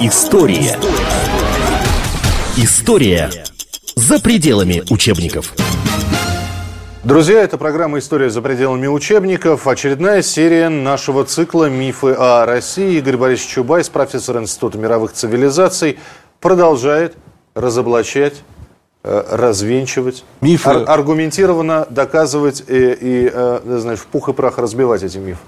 История. История за пределами учебников. Друзья, это программа «История за пределами учебников». Очередная серия нашего цикла «Мифы о России». Игорь Борисович Чубайс, профессор Института мировых цивилизаций, продолжает разоблачать э, развенчивать, Мифы. ар- аргументированно доказывать и, и, э, не знаю, в пух и прах разбивать эти мифы.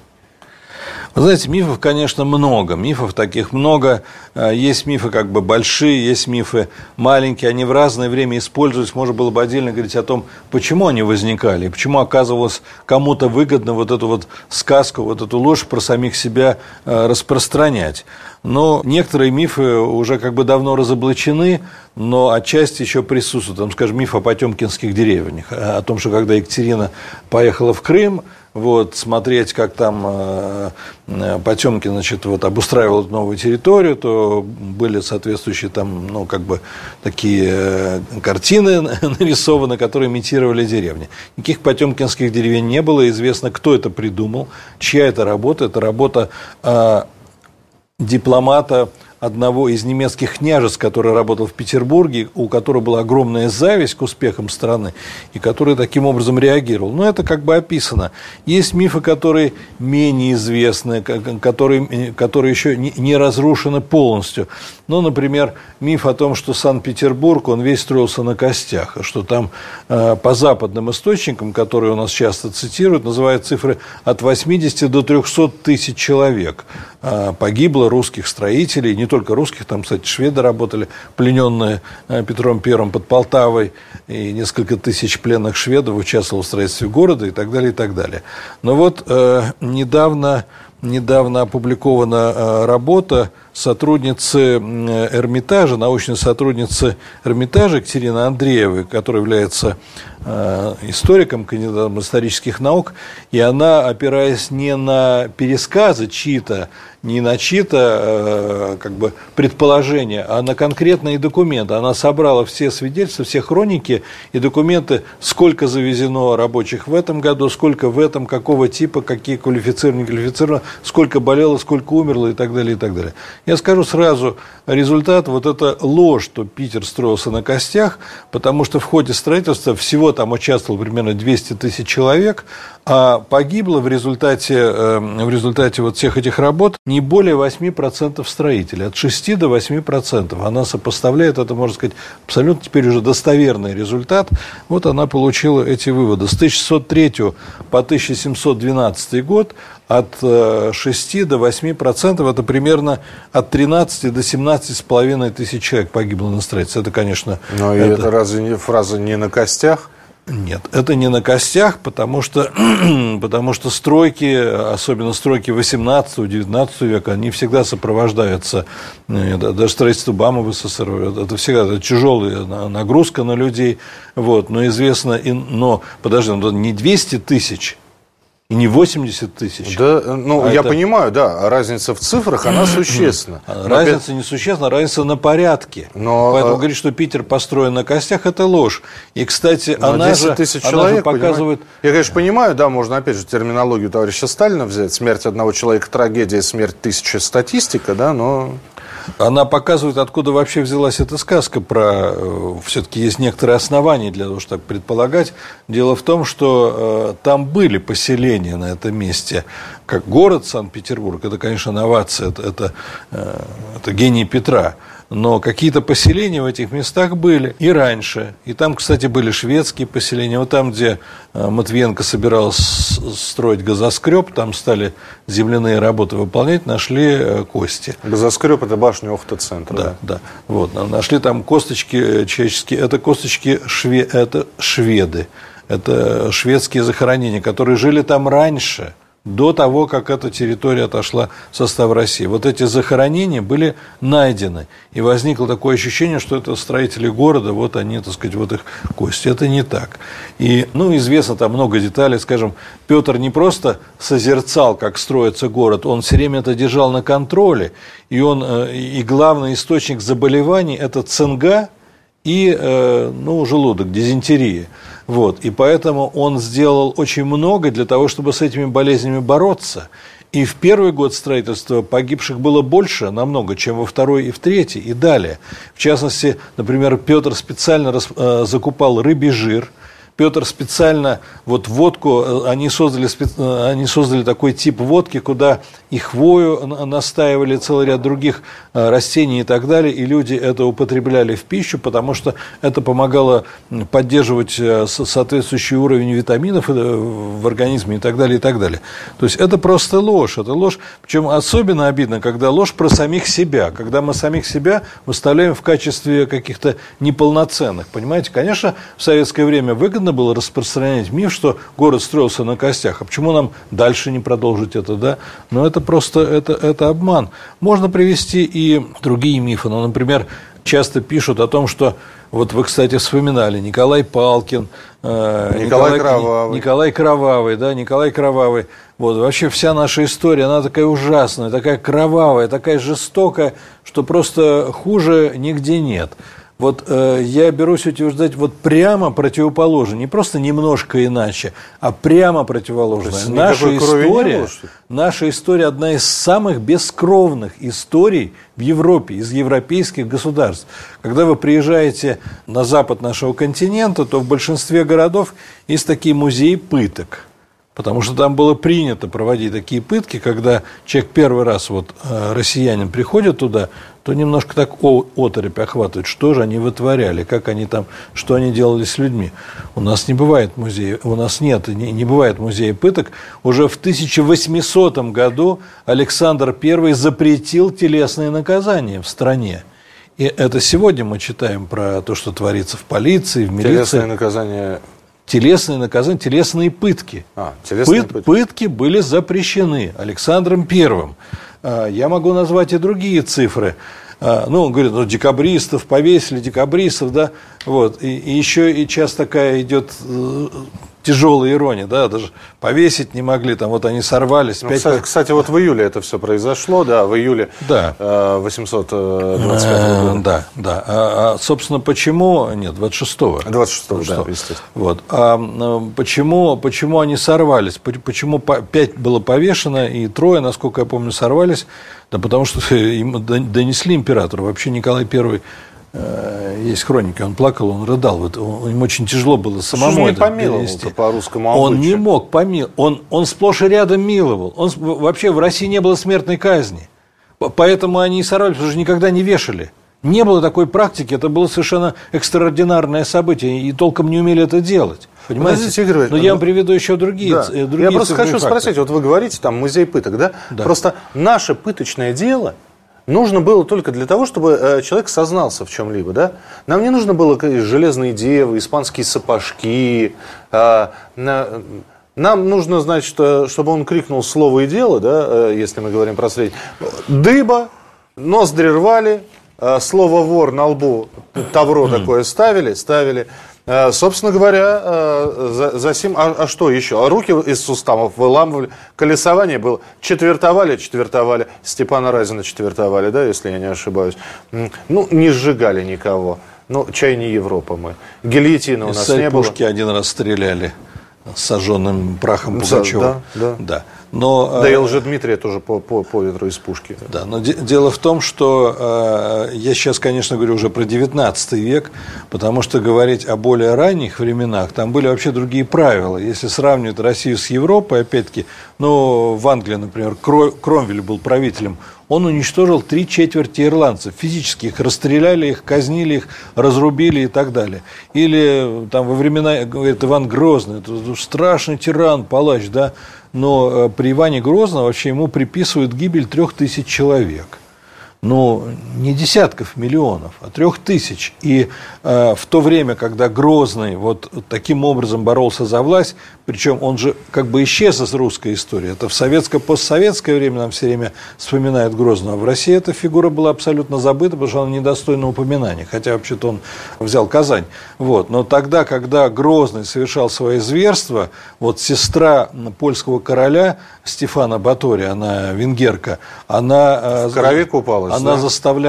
Вы знаете, мифов, конечно, много. Мифов таких много. Э, Есть мифы как бы большие, есть мифы маленькие. Они в разное время использовались. Можно было бы отдельно говорить о том, почему они возникали, и почему оказывалось кому-то выгодно вот эту вот сказку, вот эту ложь про самих себя э, распространять. Но некоторые мифы уже как бы давно разоблачены, но отчасти еще присутствуют. Там, скажем, миф о потемкинских деревнях, э, о том, что когда Екатерина поехала в Крым, вот, смотреть, как там э, э, Потемкин, значит, вот, обустраивал эту новую территорию, то были соответствующие там, ну, как бы, такие э, картины нарисованы, которые имитировали деревни. Никаких потемкинских деревень не было, известно, кто это придумал, чья это работа, это работа э, дипломата одного из немецких княжеств, который работал в Петербурге, у которого была огромная зависть к успехам страны, и который таким образом реагировал. Но это как бы описано. Есть мифы, которые менее известны, как- которые, э, которые еще не не разрушены полностью. Ну, например, миф о том, что Санкт-Петербург, он весь строился на костях, и что там э, по западным источникам, которые у нас часто цитируют, называют цифры от 80 до 300 тысяч человек э, погибло русских строителей, не только русских, там, кстати, шведы работали, плененные э, Петром Первым под Полтавой, и несколько тысяч пленных шведов участвовало в строительстве города и так далее, и так далее. Но вот э, недавно недавно опубликована э, работа сотрудницы м, э, Эрмитажа, научной сотрудницы Эрмитажа Екатерины Андреевой, которая является э, историком, кандидатом исторических наук, и она, опираясь не на пересказы чьи-то, не на чьи-то э, как бы, предположения, а на конкретные документы. Она собрала все свидетельства, все хроники и документы, сколько завезено рабочих в этом году, сколько в этом, какого типа, какие квалифицированы, не квалифицированы, сколько болело, сколько умерло и так далее, и так далее. Я скажу сразу, результат вот это ложь, что Питер строился на костях, потому что в ходе строительства всего там участвовало примерно 200 тысяч человек, а погибло в результате, э, в результате вот всех этих работ не более 8% строителей, от 6 до 8%. Она сопоставляет, это, можно сказать, абсолютно теперь уже достоверный результат. Вот она получила эти выводы. С 1603 по 1712 год от э, 6 до 8 процентов, это примерно от 13 до 17 с половиной тысяч человек погибло на строительстве. Это, конечно, Но это- Ну, это разве не фраза не на костях? нет, это не на костях, потому что, потому что стройки, особенно стройки 18-19 века, они всегда сопровождаются, э, да- даже строительство БАМа в СССР, это это всегда это тяжелая на- нагрузка на людей, вот, но известно, и- но, подожди, ну, не 200 тысяч и не 80 тысяч. Да, э, ну, А я это- понимаю, да, разница в цифрах, она существенна. А Разница несущественна, разница на порядке. Но, Поэтому э, говорить, что Питер построен на костях, это ложь. И, кстати, Но она 10 же, Ну, тысяч она же человек, показывает... понимаете? Я, конечно, понимаю, да, можно опять же терминологию товарища Сталина взять. Смерть одного человека – трагедия, смерть тысячи – статистика, да, но... Она показывает, откуда вообще взялась эта сказка про... Все-таки есть некоторые основания для того, чтобы так предполагать. Дело в том, что э, там были поселения на этом месте. Как город Санкт-Петербург, это, конечно, новация, это, это, э, это гений Петра. Но какие-то поселения в этих местах были и раньше. И там, кстати, были шведские поселения. Вот там, где э, Матвиенко собиралась с- строить газоскреб, там стали земляные работы выполнять, нашли э, кости. Газоскреб – это башня Охта-центра. Да, да. Вот, на- нашли там косточки э, человеческие. Это косточки шве, это шведы. Это шведские захоронения, которые жили там раньше, до того, как эта территория отошла в состав России. Вот эти захоронения были найдены. И возникло такое ощущение, что это строители города, вот они, так сказать, вот их кости. Это не так. И, ну, известно там много деталей. Скажем, Петр не просто созерцал, как строится город, он все время это держал на контроле. И он, э, и главный источник заболеваний – это цинга и, э, ну, желудок, дизентерия. Вот. И поэтому он сделал очень много для того, чтобы с этими болезнями бороться. И в первый год строительства погибших было больше намного, чем во второй и в третий и далее. В частности, например, Петр специально рас- э, закупал рыбий жир. Петр специально вот водку, э, они создали, спе- э, они создали такой тип водки, куда и хвою на- настаивали, целый ряд других э, растений и так далее, и люди это употребляли в пищу, потому что это помогало м, поддерживать э, со- соответствующий уровень витаминов э, в организме и так далее, и так далее. То есть это просто ложь, это ложь, причем особенно обидно, когда ложь про самих себя, когда мы самих себя выставляем в качестве каких-то неполноценных, понимаете? Конечно, в советское время выгодно было распространять миф, что город строился на костях, а почему нам дальше не продолжить это, да? Но это просто, это, это обман. Можно привести и другие мифы, ну, например, часто пишут о том, что вот вы, кстати, вспоминали Николай Палкин, э, Николай Кровавый. Николай Кровавый, да, Николай Кровавый. Вот, вообще вся наша история, она такая ужасная, такая кровавая, такая жестокая, что просто хуже нигде нет. Вот э, я берусь утверждать вот прямо противоположно, не просто немножко иначе, а прямо противоположно. То есть Наша никакой крови не история, было, что ли? наша история одна из самых бескровных историй в Европе, из европейских государств. Когда вы приезжаете на запад нашего континента, то в большинстве городов есть такие музеи пыток. Потому что там было принято проводить такие пытки, когда человек первый раз, вот э, россиянин приходит туда, то немножко так о- оторопь охватывает, что же они вытворяли, как они там, что они делали с людьми. У нас не бывает музея, у нас нет, не, не бывает музея пыток. Уже в 1800 году Александр I запретил телесные наказания в стране. И это сегодня мы читаем про то, что творится в полиции, в милиции. Телесное наказание. Телесные наказания, телесные пытки. А, телесные Пыт- пытки. пытки были запрещены Александром Первым. А, Я могу назвать и другие цифры. А, Ну, он говорит, ну, декабристов повесили, декабристов, да, вот. И, и еще и часто такая идет э, тяжелая ирония, да, даже повесить не могли, там вот они сорвались. Ну, пять- кстати, кстати, вот в июле это все произошло, да, в июле Да. э, 825 Э, года. Да, да. А, а, собственно, почему... Нет, 26-го. 26-го, да, 26-го. естественно. Вот. А м, почему, почему они сорвались? По- Почему по- пять было повешено и трое, насколько я помню, сорвались? Да потому что им дон- донесли императору. Вообще Николай I э, есть хроники, он плакал, он рыдал. Вот, он- им очень тяжело было самому не это помиловал-то перенести. по русскому Он не обычаю? мог помиловать. Он, он сплошь и рядом миловал. Он, с- в- вообще в России не было смертной казни. П- Поэтому они и сорвались, потому что никогда не вешали. Не было такой практики. Это было совершенно экстраординарное событие. И толком не умели это делать. Понимаете? Подождите, Игорь Иванович, Но я ну, вам приведу еще другие, Да. ц- э, другие Я просто цифры и хочу факты. спросить, вот вы говорите, там музей пыток, да? Да. Просто наше пыточное дело нужно было только для того, чтобы э, человек сознался в чем-либо, да? Нам не нужно было э, железные девы, испанские сапожки. э, на- нам нужно, значит, э, чтобы он крикнул слово и дело, да, э, если мы говорим про средний. Дыба, ноздри рвали, э, слово вор на лбу тавро такое ставили, ставили. Э, Собственно говоря, э, за, за сим, а, а что еще? А руки из суставов выламывали, колесование было, четвертовали, четвертовали, Степана Разина четвертовали, да, если я не ошибаюсь. М, Ну, не сжигали никого. Ну, чай не Европа мы. Гильотина у Из нас царь не было. пушки один раз стреляли с сожженным прахом Ну, да, Пугачева. да, да. Но, Да э, и Лжедмитрия тоже по, по, по ветру из пушки. Да, но де- дело в том, что э, я сейчас, конечно, говорю уже про 19 век, потому что говорить о более ранних временах, там были вообще другие правила. Если сравнивать Россию с Европой, опять-таки, ну, в Англии, например, Кро- Кромвель был правителем, он уничтожил три четверти ирландцев, физически их расстреляли, их казнили, их разрубили и так далее. Или э, там во времена, э, говорит, Иван Грозный, это страшный тиран, палач, да, но э, при Иване Грозном вообще ему приписывают гибель трех тысяч человек. Ну, не десятков миллионов, а трех тысяч. И э, в то время, когда Грозный вот таким образом боролся за власть, причем он же как бы исчез из русской истории. Это в советско-постсоветское время нам все время вспоминают Грозного. А в России эта фигура была абсолютно забыта, потому что она недостойна упоминания. Хотя вообще-то он взял Казань. Вот. Но тогда, когда Грозный совершал свои зверства, вот сестра м, польского короля Стефана Батори, она венгерка, она... э, В крови купалась, Она да?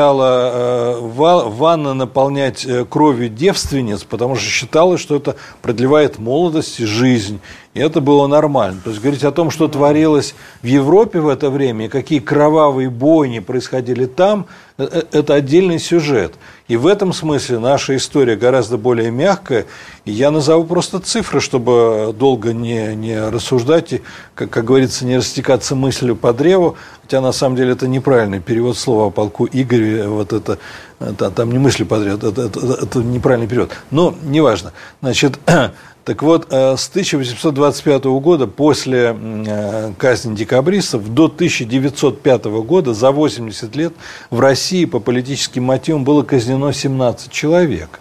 заставляла э, ва- ванны наполнять э, кровью девственниц, потому что считала, что это продлевает молодость и жизнь. И это было нормально. То есть говорить о том, что творилось в Европе в это время, и какие кровавые бойни происходили там, э, это отдельный сюжет. И в этом смысле наша история гораздо более мягкая. И я назову просто цифры, чтобы долго не, не рассуждать и, как, как говорится, не растекаться мыслью по древу. Хотя на самом деле это неправильный перевод слова о полку Игоря. Вот это, это там не мысли подряд, это, это, это неправильный перевод. Но неважно. Значит, так вот, э, с 1825 года, после э, казни декабристов, до 1905 года, за 80 лет, в России по политическим мотивам было казнено 17 человек.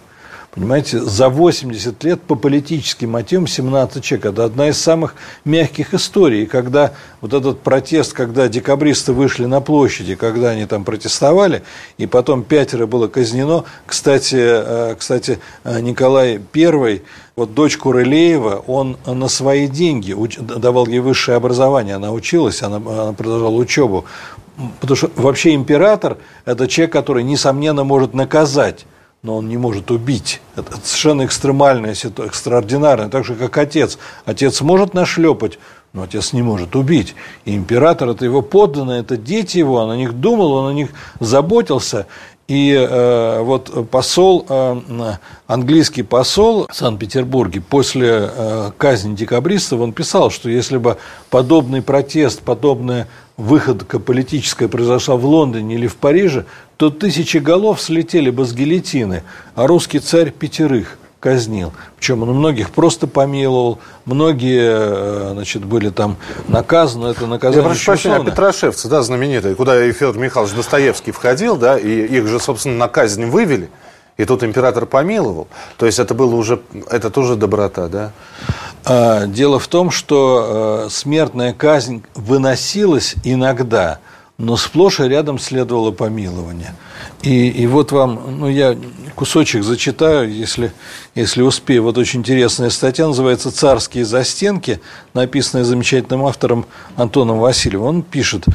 Понимаете, за 80 лет по политическим мотивам 17 человек. Это одна из самых мягких историй. И когда вот этот протест, когда декабристы вышли на площади, когда они там протестовали, и потом пятеро было казнено. Кстати, Э, кстати Николай I вот дочку Рылеева он на свои деньги давал ей высшее образование, она училась, она, она продолжала учебу. Потому что вообще император – это человек, который, несомненно, может наказать но он не может убить. Это совершенно экстремальная ситуация, экстраординарная. Так же, как отец. Отец может нашлепать, но отец не может убить. И император – это его подданные, это дети его, он о них думал, он о них заботился. И э, вот посол, э, английский посол в Санкт-Петербурге после э, казни декабристов, он писал, что если бы подобный протест, подобная выходка политическая произошла в Лондоне или в Париже, то тысячи голов слетели бы с гильотины, а русский царь пятерых казнил. Причем он многих просто помиловал, многие э, значит, были там наказаны, это наказание Я прошу прощения, а Петрошевцы, да, знаменитые, куда и Федор Михайлович Достоевский входил, да, и их же, собственно, на казнь вывели, и тут император помиловал. То есть это было уже, это тоже доброта, да? А, Дело в том, что э, смертная казнь выносилась иногда, но сплошь и рядом следовало помилование. И, и вот вам, ну, я кусочек зачитаю, если, если успею. Вот очень интересная статья, называется «Царские застенки», написанная замечательным автором Антоном Васильевым. Он пишет,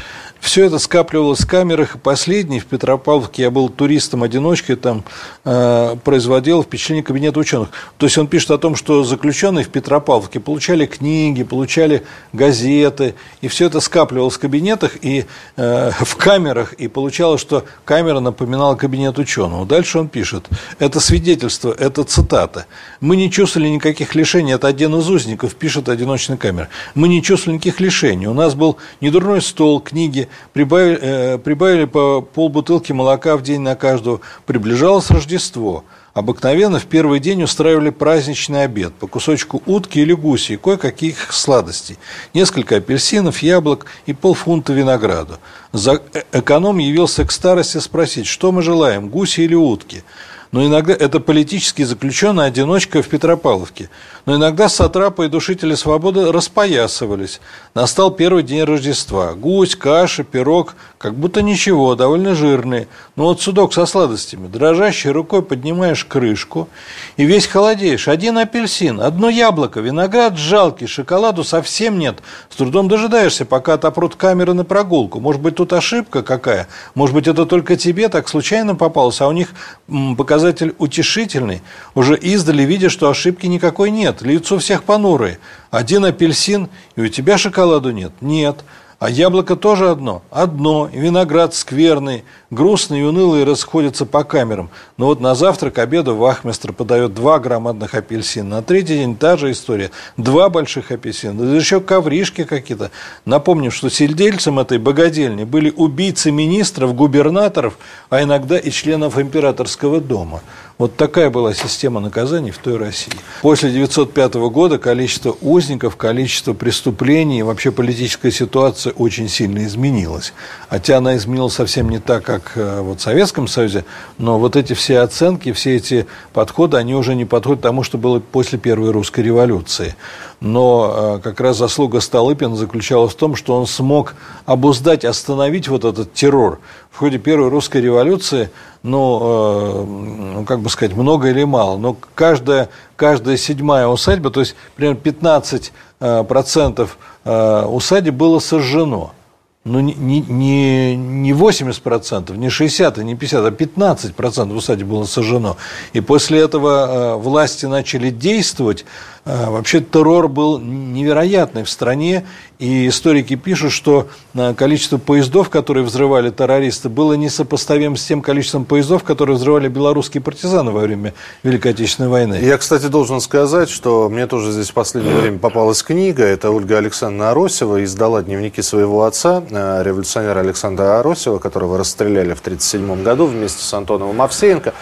«Все это скапливалось в камерах, и последний, в Петропавловке, я был туристом-одиночкой, там э, производил впечатление кабинета ученых». То есть он пишет о том, что заключенные в Петропавловке получали книги, получали газеты, и все это скапливалось в кабинетах и э, в камерах, и получалось, что камера напоминает напоминал кабинет ученого. Дальше он пишет. Это свидетельство, это цитата. Мы не чувствовали никаких лишений. Это один из узников, пишет одиночная камера. Мы не чувствовали никаких лишений. У нас был недурной стол, книги. Прибавили, э, прибавили по полбутылки молока в день на каждого. Приближалось Рождество. Обыкновенно в первый день устраивали праздничный обед по кусочку утки или гуси и кое-каких сладостей, несколько апельсинов, яблок и полфунта винограду. За... э, Эконом явился к старости спросить, что мы желаем, гуси или утки. Но иногда это политически заключенная одиночка в Петропавловке. Но иногда сатрапы и душители свободы распоясывались. Настал первый день Рождества. Гусь, каша, пирог, как будто ничего, довольно жирные. Но вот судок со сладостями. Дрожащей рукой поднимаешь крышку и весь холодеешь. Один апельсин, одно яблоко, виноград жалкий, шоколаду совсем нет. С трудом дожидаешься, пока отопрут камеры на прогулку. Может быть, тут ошибка какая? Может быть, это только тебе так случайно попалось, а у них показалось показатель утешительный. Уже издали видя, что ошибки никакой нет, лицо всех понурые. Один апельсин, и у тебя шоколаду нет? Нет. А яблоко тоже одно? Одно. И виноград скверный, грустный и унылый расходятся по камерам. Но вот на завтрак, к обеду вахмистр подает два громадных апельсина. На третий день та же история. Два больших апельсина. Да еще ковришки какие-то. Напомним, что сельдельцем этой богадельни были убийцы министров, губернаторов, а иногда и членов императорского дома. Вот такая была система наказаний в той России. После 1905 года количество узников, количество преступлений и вообще политическая ситуация очень сильно изменилась. Хотя она изменилась совсем не так, как э, вот в Советском Союзе, но вот эти все оценки, все эти подходы, они уже не подходят тому, что было после Первой русской революции. Но э, как раз заслуга Столыпина заключалась в том, что он смог обуздать, остановить вот этот террор. В ходе Первой русской революции ну, как бы сказать, много или мало, но каждая, каждая седьмая усадьба, то есть примерно э, 15% усадеб э, было сожжено. Ну, не, не, не 80%, не 60%, не 50%, а 15% усадеб было сожжено. И после этого власти начали э, действовать, Э, Вообще террор был невероятный в стране, и историки пишут, что э, количество поездов, которые взрывали террористы, было несопоставимо с тем количеством поездов, которые взрывали белорусские партизаны во время Великой Отечественной войны. Я, кстати, должен сказать, что мне тоже здесь в последнее время попалась книга. Это Ольга Александровна Аросева издала дневники своего отца, э, революционера Александра Аросева, которого расстреляли в 1937 году вместе с Антоновым Овсеенко.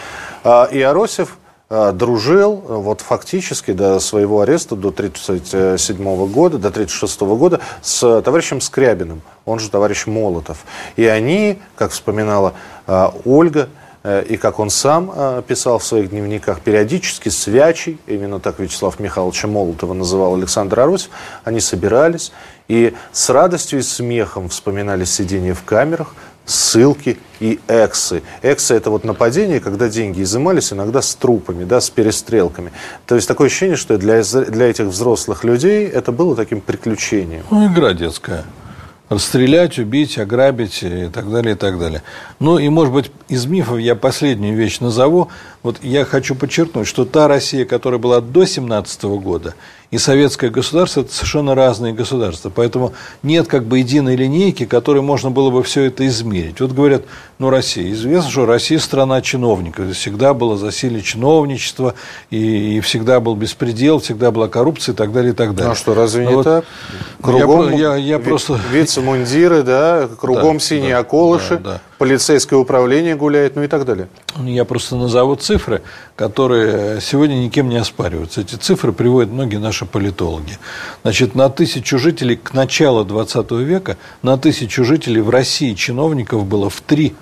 И Аросев а, дружил э, вот фактически до своего ареста до 1937 года, до 1936 года с товарищем Скрябиным, он же товарищ Молотов. И они, как вспоминала а, Ольга, э, и как он сам э, писал в своих дневниках, периодически с Вячей, именно так Вячеслав Михайлович Молотова называл Александр Арусев, они собирались и с радостью и смехом вспоминали сидение в камерах, ссылки и эксы. Эксы – это вот нападение, когда деньги изымались иногда с трупами, да, с перестрелками. То есть такое ощущение, что для, для этих взрослых людей это было таким приключением. Ну, игра детская. Расстрелять, убить, ограбить и так далее, и так далее. Ну и, может быть, из мифов я последнюю вещь назову. Вот я хочу подчеркнуть, что та Россия, которая была до 17 года, и советское государство – это совершенно разные государства. Поэтому нет как бы единой линейки, которой можно было бы все это измерить. Вот говорят, ну, Россия. Известно, что Россия – страна чиновников. Всегда было засилие чиновничества, и, и всегда был беспредел, всегда была коррупция и так далее, и так далее. Ну, а что, разве не вот. так? Кругом я, я, я ви- просто... вице-мундиры, да, кругом да, синие да, околыши. Да, да полицейское управление гуляет, ну и так далее. Я просто назову цифры, которые сегодня никем не оспариваются. Эти цифры приводят многие наши политологи. Значит, на тысячу жителей к началу 20 века, на тысячу жителей в России чиновников было в 3-4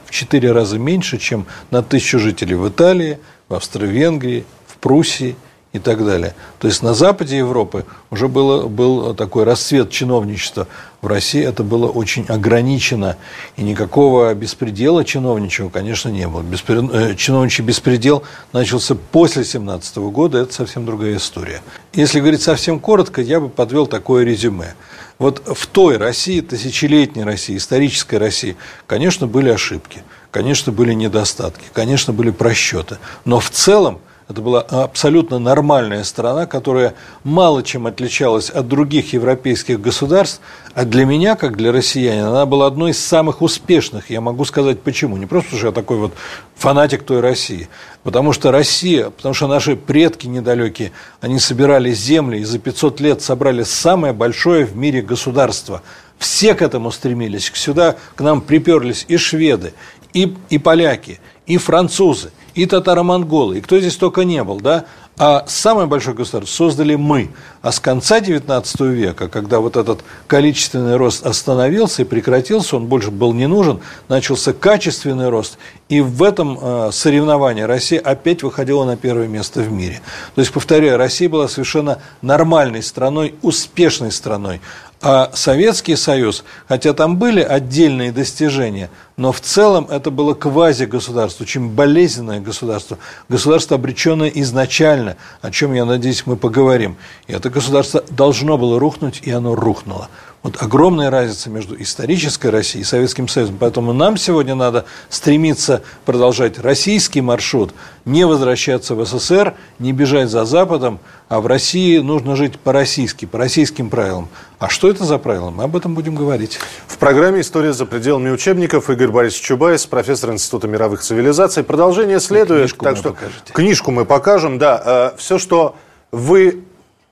в раза меньше, чем на тысячу жителей в Италии, в Австро-Венгрии, в Пруссии и так далее. То есть на западе Европы уже было, был такой расцвет чиновничества. В России это было очень ограничено. И никакого беспредела чиновничего, конечно, не было. Беспри... Чиновничий беспредел начался после 17 года. Это совсем другая история. Если говорить совсем коротко, я бы подвел такое резюме. Вот в той России, тысячелетней России, исторической России, конечно, были ошибки. Конечно, были недостатки. Конечно, были просчеты. Но в целом это была абсолютно нормальная страна, которая мало чем отличалась от других европейских государств, а для меня, как для россиянина, она была одной из самых успешных. Я могу сказать почему. Не просто, что я такой вот фанатик той России. Потому что Россия, потому что наши предки недалекие, они собирали земли и за 500 лет собрали самое большое в мире государство. Все к этому стремились. Сюда к нам приперлись и шведы, и, и поляки, и французы, и татаро-монголы, и кто здесь только не был, да, а самое большое государство создали мы. А с конца XIX века, когда вот этот количественный рост остановился и прекратился, он больше был не нужен, начался качественный рост. И в этом э, соревновании Россия опять выходила на первое место в мире. То есть, повторяю, Россия была совершенно нормальной страной, успешной страной. А Советский Союз, хотя там были отдельные достижения, но в целом это было квази-государство, очень болезненное государство, государство, обреченное изначально, о чем, я надеюсь, мы поговорим. И это государство должно было рухнуть, и оно рухнуло. Вот огромная разница между исторической Россией и Советским Союзом. Поэтому нам сегодня надо стремиться продолжать российский маршрут, не возвращаться в СССР, не бежать за Западом, а в России нужно жить по-российски, по российским правилам. А что это за правила? Мы об этом будем говорить. В программе «История за пределами учебников» Игорь Борисович Чубайс, профессор Института мировых цивилизаций. Продолжение следует. И книжку так мы что покажете. Книжку мы покажем, да. все, что вы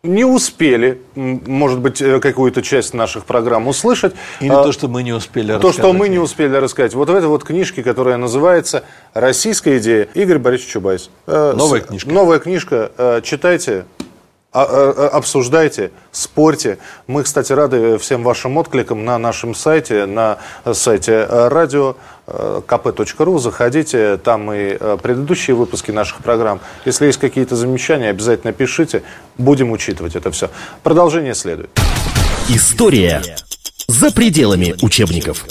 не успели, может быть, э, какую-то часть наших программ услышать. Или а, то, что мы не успели то, рассказать. То, что мы не успели рассказать. Вот в этой вот книжке, которая называется «Российская идея». Игорь Борисович Чубайс. Э, Новая книжка. Новая книжка. э, Читайте, а, э, обсуждайте, спорьте. Мы, кстати, рады всем вашим откликам на нашем сайте, на сайте э, радио э, kp.ru. Заходите, там и э, предыдущие выпуски наших программ. Если есть какие-то замечания, обязательно пишите. Будем учитывать это все. Продолжение следует. История за пределами учебников.